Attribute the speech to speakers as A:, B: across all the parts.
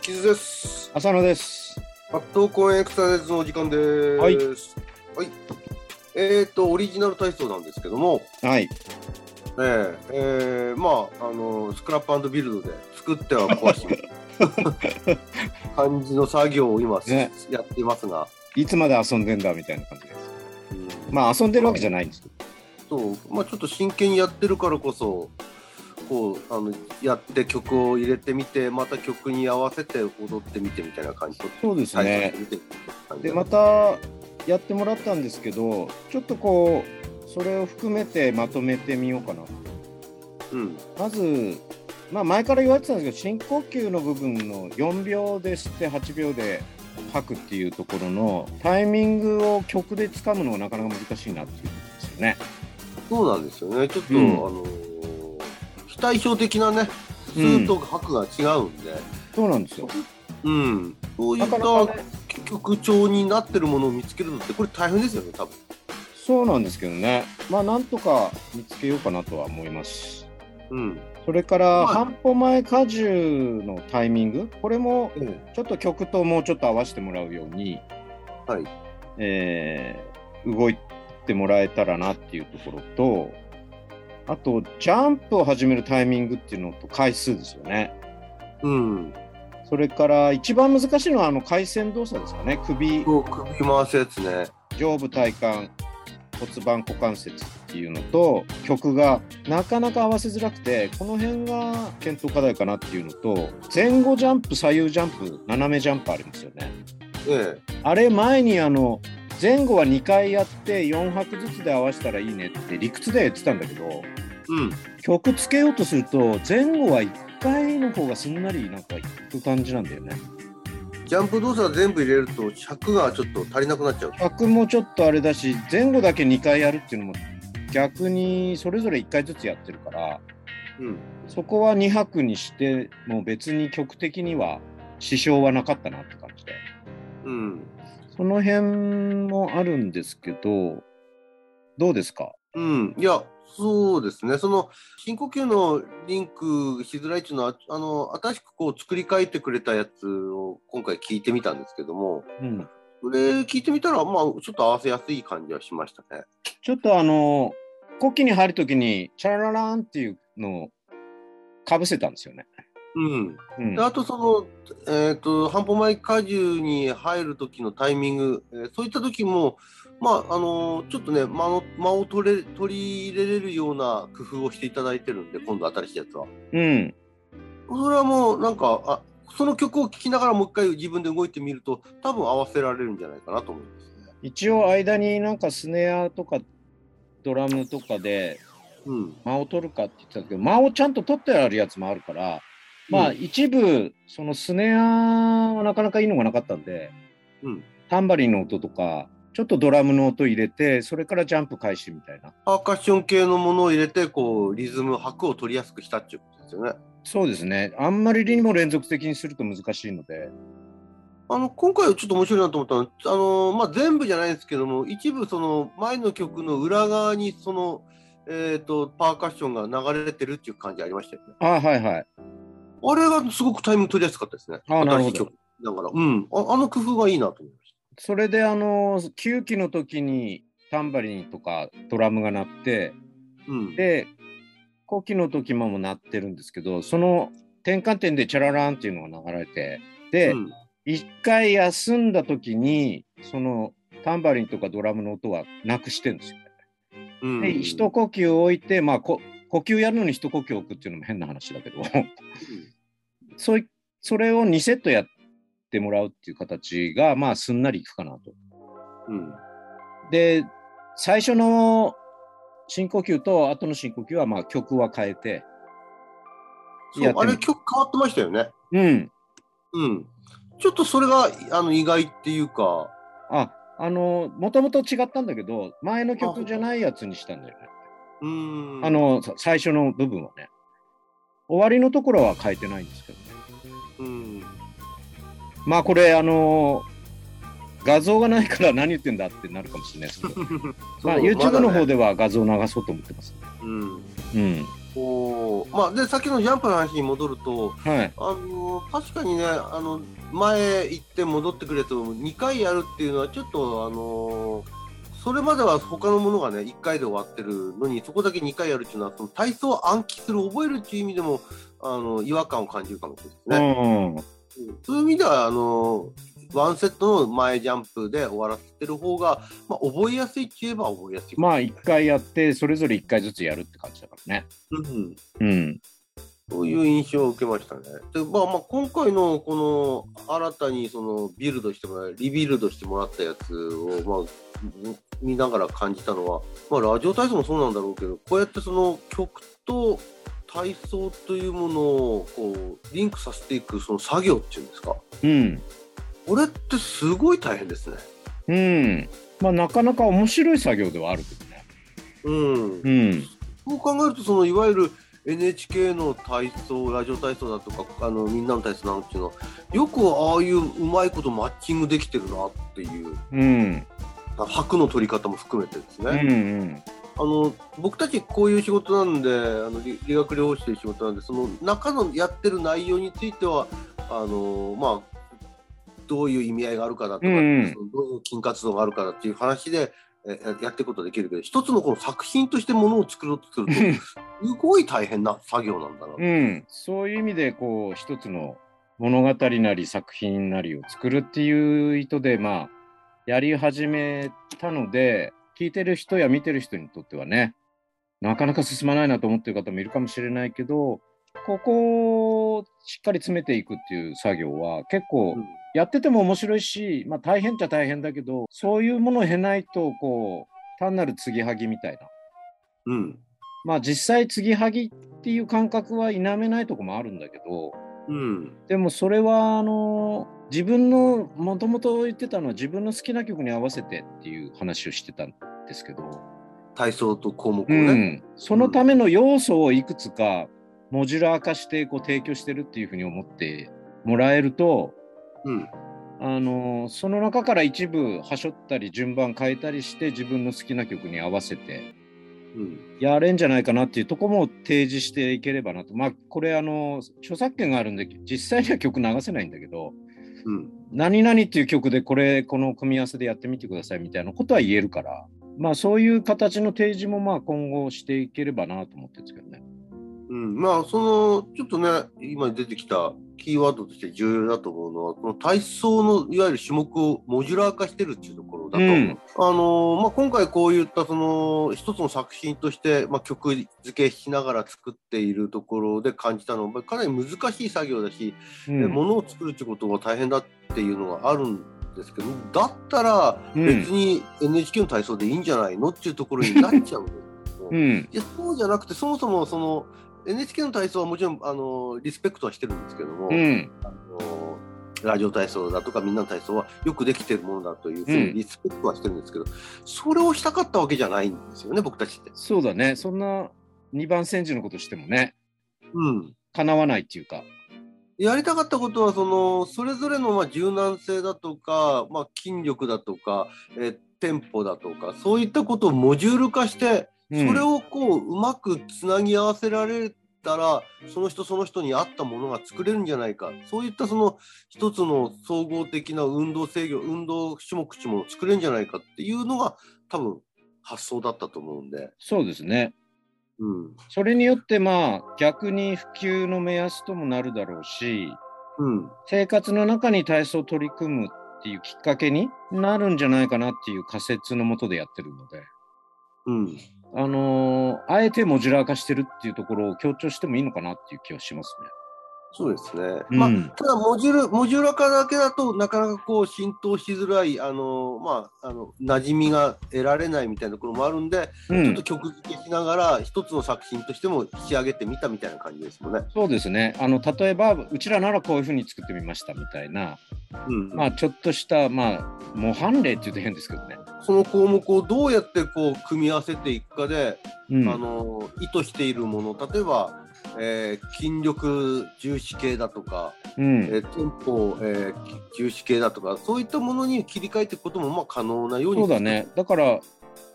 A: キズです。
B: 浅野です。
A: 圧倒公演エクササイズのお時間です。
B: はい
A: はい。えっ、と、オリジナル体操なんですけども、
B: はい。
A: えーえーまあ、あのスクラップビルドで作っては壊し 感じの作業を今、
B: ね
A: やっていますが、
B: いつまで遊んでんだみたいな感じです。
A: うん
B: まあ遊んでるわけじゃないんですけど。
A: そう、まあ、ちょっと真剣にやってるからこそ、こう、あの、やって曲を入れてみて、また曲に合わせて踊ってみてみたいな感じ。
B: そうです
A: 体
B: ね
A: 操。してみて感じ
B: で、またやってもらったんですけど、ちょっとこう、それを含めてまとめてみようかな。
A: うん、
B: まず、まあ前から言われてたんですけど、深呼吸の部分の4秒で吸って8秒で吐くっていうところのタイミングを曲で掴むのがなかなか難しいなっていうことですよね。
A: そうなんですよね。ちょっと、
B: うん
A: あの非対照的なね、
B: うん
A: 数と拍が違うんで、
B: そうなんですよ。
A: うん、そういっ
B: な
A: た
B: かなかね、
A: 曲調になってるものを見つけるのって、これ大変ですよね、多分。
B: そうなんですけどね。まあなんとか見つけようかなとは思います。
A: うん、
B: それから、
A: はい
B: 半歩前荷重のタイミング、これも
A: うん、
B: ちょっと曲ともうちょっと合わせてもらうように、
A: はい
B: えー動いてもらえたらなっていうところと、あと、ジャンプを始めるタイミングっていうのと回数ですよね。
A: うん、
B: それから、一番難しいのはあの回線動作ですかね。首、
A: こう首回すやつね。
B: 上部体幹、骨盤股関節っていうのと、曲がなかなか合わせづらくて、この辺が検討課題かなっていうのと、前後ジャンプ、左右ジャンプ、斜めジャンプありますよね。
A: え
B: あれ前にあの前後は2回やって4拍ずつで合わせたらいいねって理屈で言ってたんだけど
A: え、うん、
B: 曲つけようとすると前後は1回の方がすんなりなんかいく感じなんだよね。
A: ジャンプ動作全部入れると、尺がちょっと足りなくなっちゃう。
B: 拍もちょっとあれだし前後だけ2回やるっていうのも逆にそれぞれ1回ずつやってるから
A: うん、
B: そこは2拍にしてもう別に曲的には支障はなかったなって感じで。
A: うん、
B: その辺もあるんですけどどうですか
A: うん、いや、そうですね、その深呼吸のリンクしづらいっていうのは、あの新しくこう作り変えてくれたやつを今回聞いてみたんですけども、
B: うん
A: これ聞いてみたら、まあ、ちょっと合わせやすい感じはしましたね。
B: ちょっとあの、国旗に入るときに、チャラララーンっていうのをかぶせたんですよね。
A: うん、
B: うん
A: で、あとその、えっと半歩前荷重に入る時のタイミング、えーそういった時も、まああのちょっとね間の間を取れ取り入れれるような工夫をしていただいてるんで今度新しいやつは。
B: うん、
A: それはもうなんかあその曲を聴きながらもう一回自分で動いてみると多分合わせられるんじゃないかなと思いますね。
B: 一応、間になんかスネアとかドラムとかで
A: うん、
B: 間を取るかって言ってたんですけど、間をちゃんと取ってあるやつもあるから、まあ、
A: うん
B: 一部、そのスネアはなかなかいいのがなかったんで、
A: うん、
B: タンバリンの音とか、ちょっとドラムの音入れて、それからジャンプ開始みたいな。
A: パーカッション系のものを入れてこうリズム拍を取りやすくしたっていうことですよね。
B: そうですね。あんまりにも連続的にすると難しいので。
A: あの今回ちょっと面白いなと思ったのはあの、まあ、全部じゃないんですけども一部その前の曲の裏側にその、えー、とパーカッションが流れてるっていう感じありましたよね。
B: あはいはい。
A: あれがすごくタイミング取りやすかったですね。
B: あーなる
A: 新し
B: ほど
A: い曲だから、うんあ。あの工夫がいいなと思いまし
B: それであの9期の時にタンバリンとかドラムが鳴って
A: た。うん、
B: で5期の時も鳴ってるんですけどその転換点でチャララーンっていうのが流れてで、
A: うん
B: 一回休んだ時にそのタンバリンとかドラムの音はなくしてるんですよ。
A: うん
B: で一呼吸置いてまあこ呼吸やるのに一呼吸置くっていうのも変な話だけどそういそれを2セットやってもらうっていう形がまあすんなりいくかなと。
A: うん
B: で、最初の深呼吸と後の深呼吸はまあ曲は変えて、
A: そ
B: や
A: う
B: って
A: あ
B: み
A: れ曲変わってましたよね。
B: うん。
A: うん、ちょっとそれがあの意外っていうか、
B: あ、あの、もともと違ったんだけど、前の曲じゃないやつにしたんだよね。
A: うん
B: あの、さ最初の部分はね。終わりのところは変えてないんですけどね。
A: うん
B: まあこれあの画像がないから何言ってんだってなるかもしれないです けど、まあ、YouTube の方
A: で、
B: では画像を流そうと思ってます。
A: うん
B: うん。
A: こうまあ、でさっきのジャンプの話に戻ると、
B: はい。
A: あの確かにねあの、前行って戻ってくるやつを2回やるっていうのは、ちょっと、あのそれまでは他のものがね、1回で終わってるのに、そこだけ2回やるっていうのは、その体操を暗記する、覚えるっていう意味でも、あの違和感を感じるかもしれないですね。
B: うん。
A: そういう意味では、あの、ワンセットの前ジャンプで終わらせてる方が、まあ、覚えやすいって言えば覚えやすい。
B: まあ一回やって、それぞれ一回ずつやるって感じだからね。
A: うん。
B: うん。
A: そういう印象を受けましたね。で、まあまあ、今回のこの、新たにその、ビルドしてもらえリビルドしてもらったやつを、まあ、見ながら感じたのは、まあ、ラジオ体操もそうなんだろうけど、こうやってその、曲と、体操というものをこうリンクさせていくその作業っていうんですか
B: うん。
A: これってすごい大変ですね。
B: うん。まあなかなか面白い作業ではあるけどね。
A: うん、
B: うん。
A: そう考えるとそのいわゆる NHK の体操ラジオ体操だとかあのみんなの体操なんていうのはよくああいううまいことマッチングできてるなっていう
B: うん。
A: 拍の取り方も含めてです
B: うん。う
A: ね、
B: ん。
A: あの僕たちこういう仕事なんであの理理学療法士という仕事なんでその中のやってる内容についてはあのまあどういう意味合いがあるかだとか、
B: うんうん
A: そのどういう筋活動があるかだっていう話でえやっていくことはできるけど一つのこの作品としてものを作ろうとするとすごい大変な作業なんだな。
B: うん、そういう意味でこう一つの物語なり作品なりを作るっていう意図でまあやり始めたので聞いてる人や見てる人にとってはねなかなか進まないなと思ってる方もいるかもしれないけどここをしっかり詰めていくっていう作業は結構
A: うん
B: やってても面白いし、まあ、大変っちゃ大変だけどそういうものを経ないとこう単なる継ぎはぎみたいな
A: うん。
B: まあ実際継ぎはぎっていう感覚は否めないとこもあるんだけど
A: うん。
B: でもそれはあの自分のもともと言ってたのは自分の好きな曲に合わせてっていう話をしてたんですけど、
A: 体操と項目を
B: う
A: ね。
B: ん、そのための要素をいくつかモジュラー化してこう提供してるっていうふうに思ってもらえると
A: うん。
B: あのその中から一部はしょったり順番変えたりして自分の好きな曲に合わせて
A: うん。
B: やれんじゃないかなっていうとこも提示していければなと。まあ、これあの、著作権があるんで、実際には曲流せないんだけど、
A: うん。
B: 何々っていう曲でこれ、この組み合わせでやってみてくださいみたいなことは言えるから、まあそういう形の提示もまあ今後していければなと思ってるんですけどね。
A: うん。まあ、その、ちょっとね、今出てきたキーワードとして重要だと思うのは、この体操のいわゆる種目をモジュラー化してるっていうところだと思う。
B: うん
A: あのーまあ、今回こういったその一つの作品として、まあ、曲付けしながら作っているところで感じたのはかなり難しい作業だし、
B: うん
A: で物を作るってことが大変だっていうのがあるんですけどだったら
B: うん
A: 別に NHK の体操でいいんじゃないのっていうところになっちゃうんですけど、
B: う
A: い
B: ん。
A: やそうじゃなくてそもそもその NHK の体操はもちろんあのリスペクトはしてるんですけども、
B: うん。
A: あのラジオ体操だとかみんなの体操はよくできてるものだというふうに
B: うん
A: リスペクトはしてるんですけど、それをしたかったわけじゃないんですよね僕たちって。
B: そうだね。そんな二番煎じのことしてもね、
A: うん
B: 叶わないっていうか。
A: やりたかったことはそのそれぞれのまあ柔軟性だとか、まあ、筋力だとか、えーテンポだとかそういったことをモジュール化してそ
B: うん
A: れをこううまくつなぎ合わせられたらその人その人に合ったものが作れるんじゃないかそういったその一つの総合的な運動制御運動種目種目を作れるんじゃないかっていうのが多分発想だったと思うんで。
B: そうですね。
A: うん
B: それによってまあ逆に普及の目安ともなるだろうし、
A: うん
B: 生活の中に体操を取り組むっていうきっかけになるんじゃないかなっていう仮説のもとでやってるので、
A: うん
B: あのーあえてモジュラー化してるっていうところを強調してもいいのかなっていう気はします
A: そうですね。
B: ね。
A: まあ
B: うん、
A: ただモジュル、モジュラ化だけだとなかなかこう浸透しづらい、あのまあ、あの馴染みが得られないみたいなところもあるんで、
B: うん
A: ちょっと曲付けしながら、一つの作品としても仕上げてみたみたいな感じですもんね。
B: そうですねあの例えばうちらならこういうふうに作ってみましたみたいな、
A: うん
B: まあ、ちょっとした、まあ、模範例って言うと変ですけどね、
A: その項目をどうやってこう組み合わせていくかで、
B: うん
A: あの意図しているもの、例えば、えー筋力重視系だとか、
B: うん
A: えーテンポ、えーき重視系だとかそういったものに切り替えていくこともまあ可能なように
B: そうだね。だから、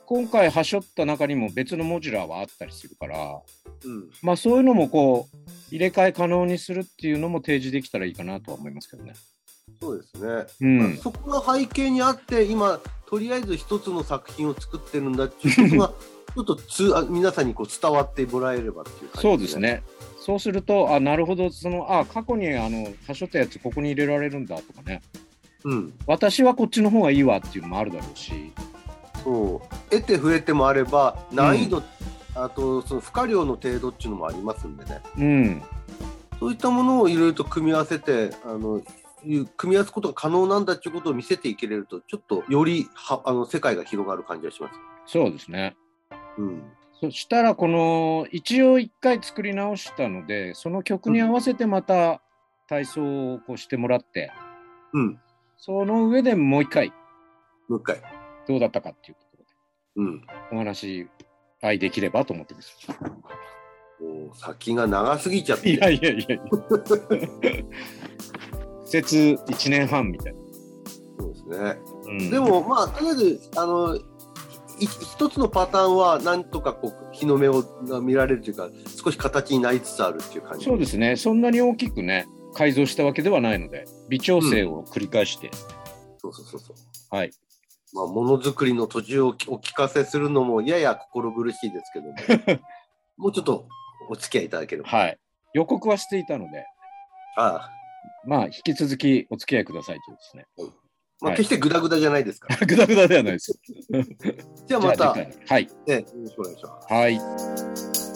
B: 今回はしょった中にも別のモジュラーはあったりするから、
A: うん、
B: まあそういうのもこう、入れ替え可能にするっていうのも提示できたらいいかなとは思いますけどね。
A: そうですね、
B: うん。
A: そこが背景にあって今とりあえず一つの作品を作ってるんだっていうこと がちょっとつあ皆さんにこう伝わってもらえればっていう感じ
B: そうですね。そうすると、あ、なるほど、その、あ、過去にあの、はしょったやつここに入れられるんだとかね。
A: うん
B: 私はこっちの方がいいわっていうのもあるだろうし。
A: そう得て増えてもあれば難易度、
B: う
A: あとその負荷量の程度っていうのもありますんでね
B: うん。
A: そういったものをいろいろと組み合わせてあのいう組み合わすことが可能なんだっていうことを見せていけれるとちょっとよりはあの世界が広がる感じがします。
B: そうですね。
A: うん
B: そしたらこの一応一回作り直したのでその曲に合わせてまた体操をこうしてもらって
A: うん、
B: その上でもう一回
A: もう一回、
B: どうだったかっていうところ
A: うん、
B: でお話し合いできればと思ってます。
A: もう先が長すぎちゃって
B: いやいやいやいや。節1年半みたいな。
A: そうですね。
B: うん
A: でもまあとりあえずあのい一つのパターンはなんとかこう日の目をが見られるというか少し形になりつつあるっていう感じ
B: そうですねそんなに大きくね改造したわけではないので微調整を繰り返して、
A: そうそうそうそう
B: はい
A: まあものづくりの途中をおお聞かせするのもやや心苦しいですけど ももうちょっとお付き合いいただければ
B: はい予告はしていたので
A: ああ
B: まあ引き続きお付き合いくださいという ですね。
A: ま
B: は
A: あ
B: い
A: 決してグダグダじゃないですから、
B: グダグダではないです。
A: じゃあまた
B: じゃあ次回はい。
A: ええよろしくお願いします
B: はい。